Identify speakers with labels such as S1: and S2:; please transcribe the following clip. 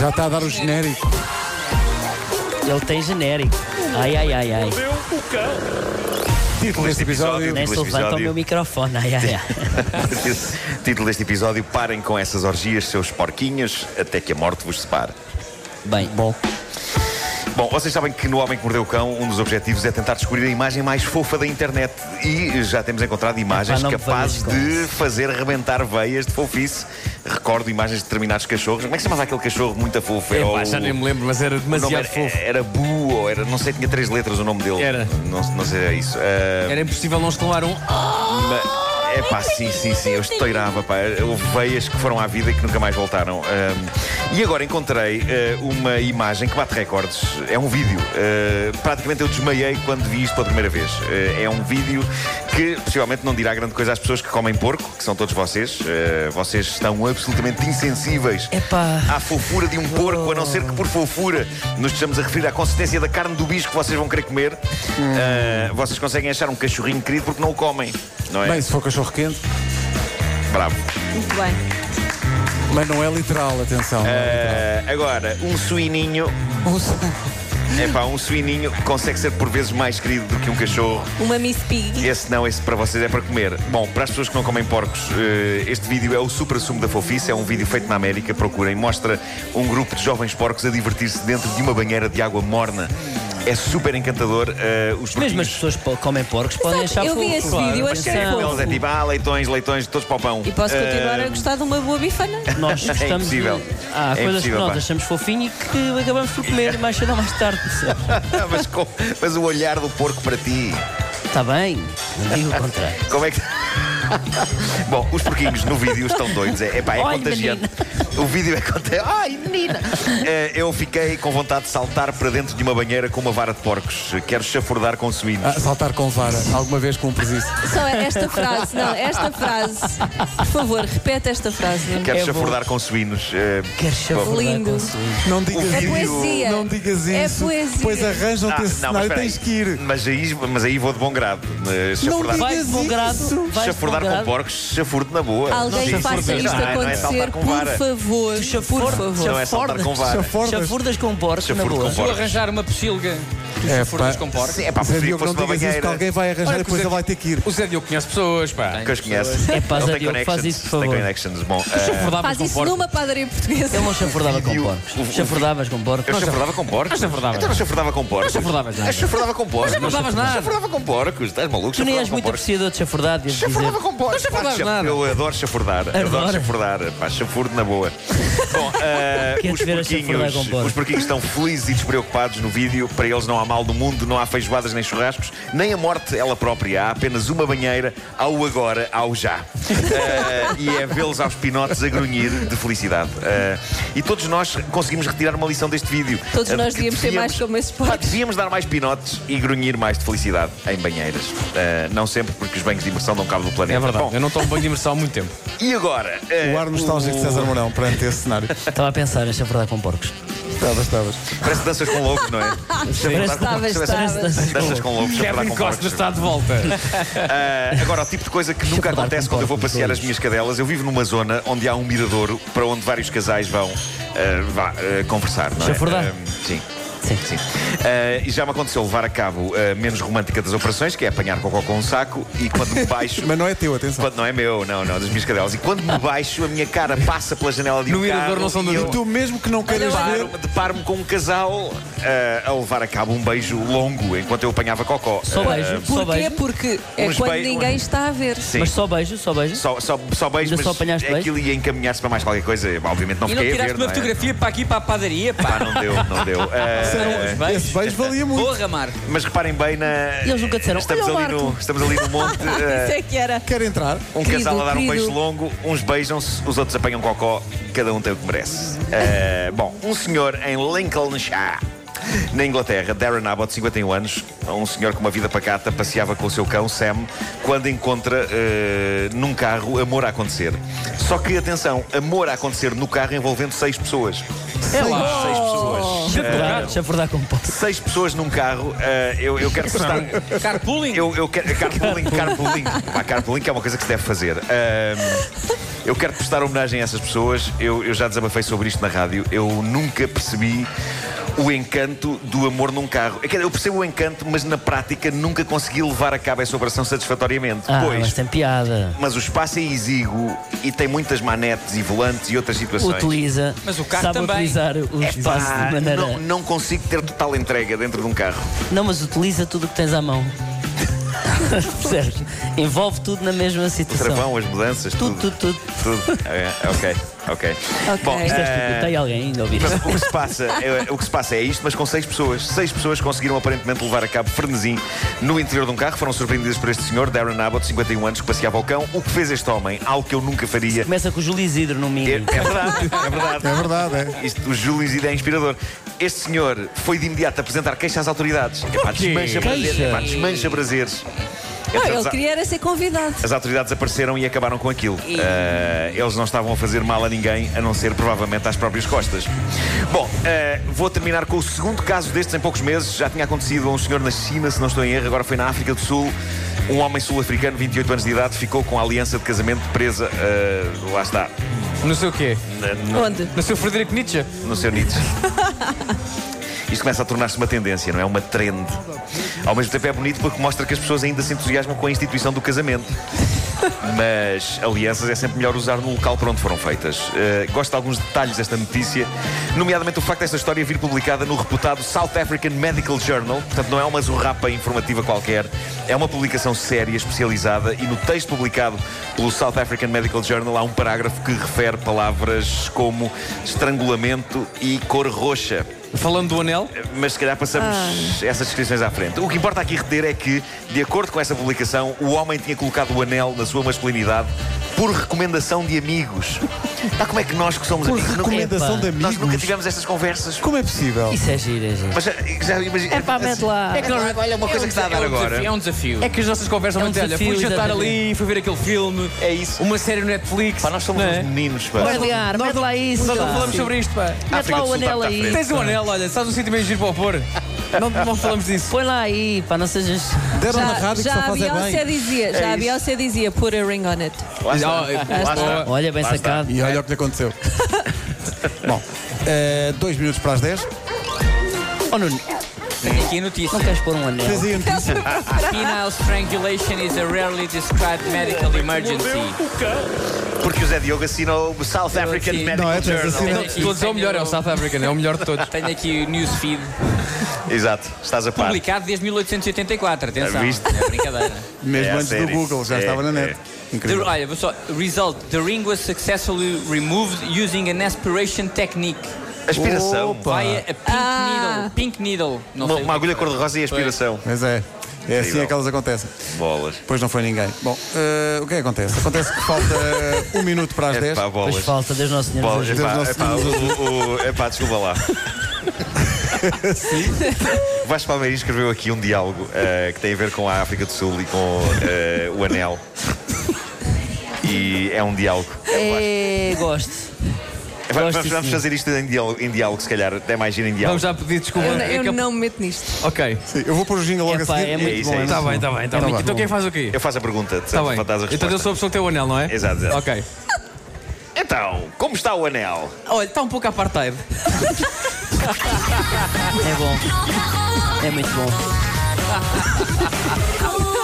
S1: Já está a dar o genérico.
S2: Ele tem genérico. Ai, ai, ai, ai.
S3: Meu o cão.
S1: Título deste episódio.
S2: Nem se
S3: Título deste
S2: levanta o meu
S3: episódio.
S2: microfone. Ai, ai, ai.
S3: Título deste episódio: Parem com essas orgias, seus porquinhos, até que a morte vos separe.
S2: Bem, bom.
S3: Bom, vocês sabem que no Homem que Mordeu o Cão, um dos objetivos é tentar descobrir a imagem mais fofa da internet. E já temos encontrado imagens
S2: Epá, não me
S3: capazes
S2: venhas com
S3: de fazer rebentar veias de fofice. Recordo imagens de determinados cachorros. Como é que se chamava aquele cachorro muito fofo? Era
S4: Epá,
S3: É o-
S4: É já nem me lembro, mas era
S3: o nome é
S4: demasiado
S3: era,
S4: fofo.
S3: era Bu, ou era, não sei, tinha três letras o nome dele.
S4: Era.
S3: Não, não sei, era isso. Ah,
S4: Era impossível não estelar um.
S3: Ma- É pá, sim, sim, sim, eu estourava, pá. Houve veias que foram à vida e que nunca mais voltaram. Ahm, e agora encontrei eh, uma imagem que bate recordes. É um vídeo. Eh, praticamente eu desmaiei quando vi isto pela primeira vez. Eh, é um vídeo que possivelmente não dirá grande coisa às pessoas que comem porco, que são todos vocês. Eh, vocês estão absolutamente insensíveis
S2: Epá.
S3: à fofura de um porco, a não ser que por fofura nos estejamos a referir à consistência da carne do bicho que vocês vão querer comer. Ah, vocês conseguem achar um cachorrinho querido porque não o comem, não é?
S1: Bem, se for cachorro quente,
S3: Bravo.
S5: Muito bem.
S1: mas não é literal, atenção. não é literal.
S3: Ah, agora, um suininho,
S1: Um-
S3: é pá, um suininho consegue ser por vezes mais querido do que um cachorro.
S5: Uma Miss Piggy.
S3: Esse não, esse para vocês é para comer. Bom, para as pessoas que não comem porcos, eh, este vídeo é o super sumo da fofice. É um vídeo feito na América, procurem. Mostra um grupo de jovens porcos a divertir-se dentro de uma banheira de água morna. É super encantador. eh,
S2: Mesmo
S3: os
S2: as
S3: porquinhos-
S2: pessoas que comem porcos podem
S5: Exato,
S2: achar
S5: eu
S2: fofo.
S5: vi esse
S2: claro.
S5: vídeo,
S2: Mas
S5: achei
S2: é
S5: fofo.
S3: Eles é tipo, ah, leitões, leitões, todos para o pão.
S5: E posso continuar a
S3: Eh,
S5: gostar de uma boa bifana?
S2: Nós
S3: É
S2: gostamos
S3: impossível.
S2: de... Há
S3: É
S2: coisas que
S3: impossível,
S2: nós
S3: pá.
S2: achamos fofinho e que acabamos por comer mais cedo ou mais tarde.
S3: mas, com- mas o olhar do porco para ti.
S2: Está Tá bem, não digo o contrário.
S3: Como é que. Bom, os porquinhos no vídeo estão doidos. É, epá, é
S2: Olha,
S3: contagiante. O vídeo é contagiante. Ai, menina! Eh, eu fiquei com vontade de saltar para dentro de uma banheira com uma vara de porcos. Quero chafurdar com
S1: Ah,
S3: suínos.
S1: saltar com um vara. Alguma vez cumpres isso.
S5: Só esta frase, não, esta frase. Por favor, repete esta frase. Nuno.
S3: Quero
S2: é bom.
S3: chafurdar com suínos. Eh,
S2: Quero chafurdar
S5: Lindo.
S2: com suíno.
S1: Não digas
S3: É
S1: isso.
S5: poesia.
S1: Não digas
S5: É
S1: isso.
S5: poesia.
S1: Pois arranjam-te esse cenário,
S3: Ah, espera aí.
S1: tens que ir.
S3: Mas aí, mas aí vou de bom grado. Eh, chafurdar
S1: digas
S2: Vai de bom grado.
S1: isso.
S2: Vai de bom
S3: Chafurdar com
S2: grado.
S3: porcos, chafurdo na boa.
S5: Alguém
S3: Sim,
S5: faça
S3: sim, sim.
S5: isto
S3: Não é- não é
S5: acontecer,
S3: saltar com
S5: por
S3: vara.
S5: favor. Por
S3: Não
S5: favor.
S3: é saltar com vara.
S1: Chafordas.
S2: Chafurdas com porcos na
S3: Chafurdo
S2: boa.
S3: com
S4: Vou
S3: porcos.
S4: arranjar uma pocilga. Tu
S1: É,
S4: é,
S1: pá.
S4: com porcos.
S3: Sim, é pá,
S1: Zé
S3: preferia que
S1: Diogo,
S3: fosse
S1: não
S3: uma
S1: digas isso que
S3: banheira.
S1: alguém vai arranjar e
S4: Olha que o
S1: depois
S4: Zé-
S1: ele vai ter que ir.
S4: O Zé Diogo conhece pessoas, pá.
S3: Que as conhece.
S2: É pá,
S3: Ele
S2: Zé
S3: tem
S2: Diogo, faz
S3: connections,
S2: isso, por
S3: Tem
S2: favor.
S3: connections. Bom, eh,
S4: Chafurdava
S5: Faz
S4: com
S5: isso
S4: porcos.
S5: numa padaria portuguesa.
S2: Ele não chafurdava com
S3: E o- o-
S2: porcos.
S3: o-
S2: Chafurdavas com porcos.
S3: Eu
S2: Nós
S3: chafurdava com porcos.
S4: Não chafurdavas.
S3: Então não chafurdava com porcos.
S4: Não chafurdavas nada.
S3: Eu chafurdava com porcos.
S4: Não chafurdavas nada.
S3: Eu Chafurdava com porcos. Estás maluco?
S2: Tu nem
S3: Chafurdava
S2: és
S3: com
S2: muito
S3: porcos.
S2: apreciador de chafurdar, devo dizer.
S3: Chafurdava com porcos.
S4: Não chafurdavas
S3: Pá, chaf-
S4: nada.
S3: Eu adoro chafurdar. Adoro
S2: Adora.
S3: chafurdar. Pá, chafurdo na boa. Bom, eh,
S4: é
S2: Quero
S3: os
S2: te ver a chafurdar com
S3: porquinhos
S2: porcos.
S3: os porquinhos estão felizes e despreocupados no vídeo. Para eles não há mal do mundo, não há feijoadas nem churrascos, nem a morte ela própria. Há apenas uma banheira ao agora, ao já. Eh, e é vê-los aos pinotes a grunhir de felicidade. Eh, e todos nós conseguimos retirar uma lição deste vídeo.
S5: Todos
S3: Eh, de
S5: nós
S3: que
S5: devíamos ter mais como esses
S3: Pá,
S5: porcos.
S3: Devíamos dar mais pinotes e grunhir mais de felicidade em banheiras. Eh, não sempre, porque os banhos de imersão dão cabo do planeta.
S4: É verdade,
S3: Bom,
S4: eu não tomo banho de imersão há muito tempo.
S3: e agora? eh,
S1: O ar nostálgico de César Mourão perante esse cenário.
S2: Estava a pensar em chafurdar com porcos.
S1: Estavas, estavas.
S3: Parece danças com lobos, não é?
S5: Estava, estava.
S3: Danças com lobos. chafurdar
S4: Kevin
S3: com
S4: Costa
S3: porcos.
S4: está de volta.
S3: Ah, agora, o tipo de coisa que nunca
S2: Chafurdar com
S3: acontece quando eu vou
S2: porcos,
S3: passear
S2: dois.
S3: as minhas cadelas, eu vivo numa zona onde há um miradouro para onde vários casais vão ah, vá, ah, conversar, não é?
S2: Chafurdar.
S3: Ah, sim.
S2: Sim.
S3: Sim. Ah, e já me aconteceu levar a cabo a menos romântica das operações, que é apanhar cocó com um saco e quando me baixo.
S1: Mas não é teu, atenção.
S3: Quando não é meu, não, não, das minhas cadelas. E quando me baixo, a minha cara passa pela janela de um
S4: No mirador
S3: carro
S4: não são
S3: e
S4: dois.
S3: eu
S1: E tu mesmo que não queres ver,
S3: deparo- Deparo-me com um casal ah, a levar a cabo um beijo longo enquanto eu apanhava cocó.
S2: Só
S3: Ah,
S2: beijo, só
S5: Porquê?
S2: beijo.
S5: Porque é
S3: Uns
S5: quando
S3: bei-
S5: ninguém está a ver.
S3: Sim.
S2: Mas só beijo, só beijo.
S3: Só, só, só beijo,
S2: Ainda
S3: mas
S2: só apanhaste beijo?
S3: aquilo ia encaminhar-se para mais qualquer coisa. Obviamente não
S4: E não
S3: fiquei a
S4: tiraste
S3: ver,
S4: uma
S3: não é?
S4: fotografia para aqui, para a padaria,
S3: Pá,
S4: pá.
S3: não deu, não deu. Ah,
S1: Serão- esse beijo valia muito.
S4: Porra, Mar.
S3: mas reparem bem na.
S2: Eles nunca disseram,
S3: estamos,
S2: "Olha o
S3: ali no,
S2: Marco."
S3: estamos ali no monte. ah,
S5: Isso é que era.
S1: Quer entrar?
S3: um
S5: Querido,
S3: casal a dar um
S5: querido.
S3: beijo longo, uns beijam-se, os outros apanham cocó, cada um tem o que merece. Ah, bom, um senhor em Lincolnshire. Na Inglaterra, Darren Abbott, 51 anos, um senhor com uma vida pacata, passeava com o seu cão, Sam, quando encontra ah, num carro amor a acontecer. Só que, atenção, amor a acontecer no carro envolvendo seis pessoas.
S2: É lá.
S3: Seis pessoas.
S2: Chafurdar, chafurdar com porcos.
S3: Seis pessoas num carro, ah, eu, eu quero prestar.
S4: Carpooling.
S3: Eu, eu quero. Carpooling, carpooling. Pá, carpooling que é uma coisa que se deve fazer. Ahm, Eu quero prestar homenagem a essas pessoas. Eu, eu já desabafei sobre isto na rádio. Eu nunca percebi o encanto do amor num carro. É que Eu percebo o encanto, mas na prática nunca consegui levar a cabo essa operação satisfatoriamente.
S2: Ah,
S3: pois,
S2: mas tem piada.
S3: mas o espaço é exíguo e tem muitas manetes e volantes e outras situações.
S2: Utiliza.
S4: Mas o carro
S2: sabe
S4: também.
S2: utilizar o
S3: Pá,
S2: espaço é de maneira.
S3: não, não consigo ter total entrega dentro de um carro.
S2: Não, mas utiliza tudo o que tens à mão. Percebes? Envolve tudo na mesma
S3: O
S2: situação.
S3: travão, as mudanças,
S2: Tudo, tudo, tudo.
S3: Tudo. É, ok, ok.
S5: Ok.
S3: Bom,
S5: Isto
S2: Isto é
S3: eh,
S2: estúpido. Tem alguém ainda a ouvir isto?
S3: o que, se passa é, o que se passa é isto, mas com seis pessoas. Seis pessoas conseguiram aparentemente levar a cabo frenesim no interior de um carro. Foram surpreendidas por este senhor, Darren Abbott, 51 anos, que passeava ao cão. O que fez este homem? Algo que eu nunca faria.
S2: Começa com o Júlio Isidro no
S3: É, é
S2: mínimo.
S3: verdade, é verdade.
S1: É verdade, é.
S3: Isto, o Júlio Zidé é inspirador. Este senhor foi de imediato apresentar queixa às autoridades. É pá, desmancha prazeres. É pá, desmancha prazeres. Então,
S5: Não,
S3: Entretanto,
S5: ele queria era ser convidado.
S3: As autoridades apareceram e acabaram com aquilo. Eh, eles não estavam a fazer mal a ninguém, a não ser provavelmente às próprias costas. Bom, eh, vou terminar com o segundo caso destes em poucos meses. Já tinha acontecido a um senhor na China, se não estou em erro, agora foi na África do Sul. Um homem sul-africano, 28 anos de idade, ficou com a aliança de casamento presa, eh, lá está,
S4: Não sei o quê.
S3: na- no,
S5: Onde?
S4: No seu Frederico Nietzsche.
S3: no seu Nietzsche. Isto começa a tornar-se uma tendência, não é? Uma trend. Ao mesmo tempo é bonito porque mostra que as pessoas ainda se entusiasmam com a instituição do casamento. Mas alianças é sempre melhor usar no local para onde foram feitas. Eh, gosto de alguns detalhes desta notícia, nomeadamente o facto desta história vir publicada no reputado South African Medical Journal. Portanto, não é uma zurrapa informativa qualquer, é uma publicação séria, especializada. E no texto publicado pelo South African Medical Journal há um parágrafo que refere palavras como estrangulamento e cor roxa
S4: Falando do anel.
S3: mas se calhar passamos
S1: Ah.
S3: essas descrições à frente. O que importa aqui reter é que, de acordo com essa publicação, o homem tinha colocado o anel na sua masculinidade por recomendação de amigos. Pá, como é que nós que somos
S1: Por
S3: amigos nunca-
S1: recomendação de
S3: nós nunca
S1: amigos.
S3: tivemos estas conversas?
S1: Como é possível?
S2: Isso é giro, é giro.
S3: Mas já, já imagina.
S5: É pá, mete lá.
S4: que nós, olha, uma
S3: coisa que É um está a dar agora.
S4: É um desafio. É que as nossas conversas
S2: É um
S4: vão ter, olha, fui
S2: desafio,
S4: jantar
S2: exatamente.
S4: ali, fui ver aquele filme.
S3: É isso.
S4: Uma série no Netflix.
S3: Pá, nós somos
S4: não
S3: uns
S4: é?
S3: meninos, pá.
S5: Vai ligar, mete lá isso.
S4: Nós não
S5: pá.
S4: falamos sobre isto, pá.
S3: A
S5: Mete
S3: África
S5: lá
S3: do
S5: o
S3: Sul está
S2: tá,
S5: anel
S3: muito à
S5: aí.
S3: frente.
S4: Tens um anel, olha, sabes um sítio meio giro para o pôr. Não, não falamos disso.
S2: Põe lá aí, pá, não sejas.
S1: Deram na
S5: Já,
S1: rádio que só
S5: já a
S1: faz é
S5: Beyoncé
S1: bem.
S5: dizia, já a Beyoncé dizia, put a ring on it.
S3: Lá está.
S4: Não, é
S3: Lá está.
S2: Olha, bem
S3: Lá está.
S2: sacado.
S1: E olha o que lhe aconteceu. Bom, eh, dois minutos para as dez.
S2: Oh, Nuno,
S4: Aqui a notícia.
S2: não queres pôr um anel?
S1: Tens aí a
S5: É
S1: notícia.
S4: Penile strangulation is a rarely described medical emergency.
S3: Porque o Zé Diogo assinou o South African
S4: assino.
S3: Medical
S1: Não, é, tens
S3: Journal.
S1: assinado.
S4: Todos é o melhor, é o South African, é o melhor de todos. Tenho aqui o newsfeed
S3: Exato, estás a par.
S4: publicado desde 1884, atenção.
S3: Viste?
S4: É brincadeira.
S1: Mesmo
S3: É a
S1: antes do
S3: série.
S1: Google, já
S3: É,
S1: estava na
S3: é.
S1: net.
S4: The,
S1: Incrível.
S4: olha, vou só, result, the ring was successfully removed using an aspiration technique
S3: Aspiração.
S1: Opa.
S4: via a pink
S5: Ah.
S4: needle. Pink needle. Não
S3: Uma,
S4: sei o
S3: uma
S4: que. é.
S3: agulha cor-de-rosa e aspiração.
S1: Mas é. É assim
S3: Incrível.
S1: é que elas acontecem.
S3: Bolas.
S1: Pois não foi ninguém. Bom, eh, o que é que acontece? Acontece que falta um minuto para as
S3: É
S1: dez.
S3: pá, bolas.
S2: Pois falta, Deus Nosso Senhor. nos
S3: Bolas,
S2: ajude.
S1: Deus
S3: epá,
S1: nosso
S3: epá, o, o, epá, desculpa lá. Vasco Palmeirinho escreveu aqui um diálogo eh, que tem a ver com a África do Sul e com eh, o anel. E é um diálogo.
S2: É, gosto.
S3: Vai-
S2: gosto
S3: vamos,
S2: disso
S3: vamos
S2: mesmo.
S3: fazer isto em diálogo, em diálogo, se calhar. É mais giro em diálogo.
S4: Vamos já pedir desculpa.
S5: Eu, n-
S4: É
S5: eu
S4: que-
S5: não me meto nisto.
S4: Ok.
S1: Sim, eu vou pôr o jingle logo
S2: Epá,
S1: a
S2: é
S1: seguir.
S2: muito
S3: isso,
S2: bom.
S3: é
S2: muito
S3: isso.
S4: Está
S2: bom.
S4: bem, está bem. Tá bem.
S1: bom.
S4: Então quem faz o quê?
S3: Eu faço a pergunta,
S4: Está
S3: tá
S4: bem.
S3: dás a
S4: Então eu sou a
S3: resposta.
S4: pessoa que tem o anel, não é?
S3: Exato, exato.
S4: Ok.
S3: Então, como está o anel?
S4: Olha, está um pouco apartheid.
S2: É bom. É muito bom.
S6: Como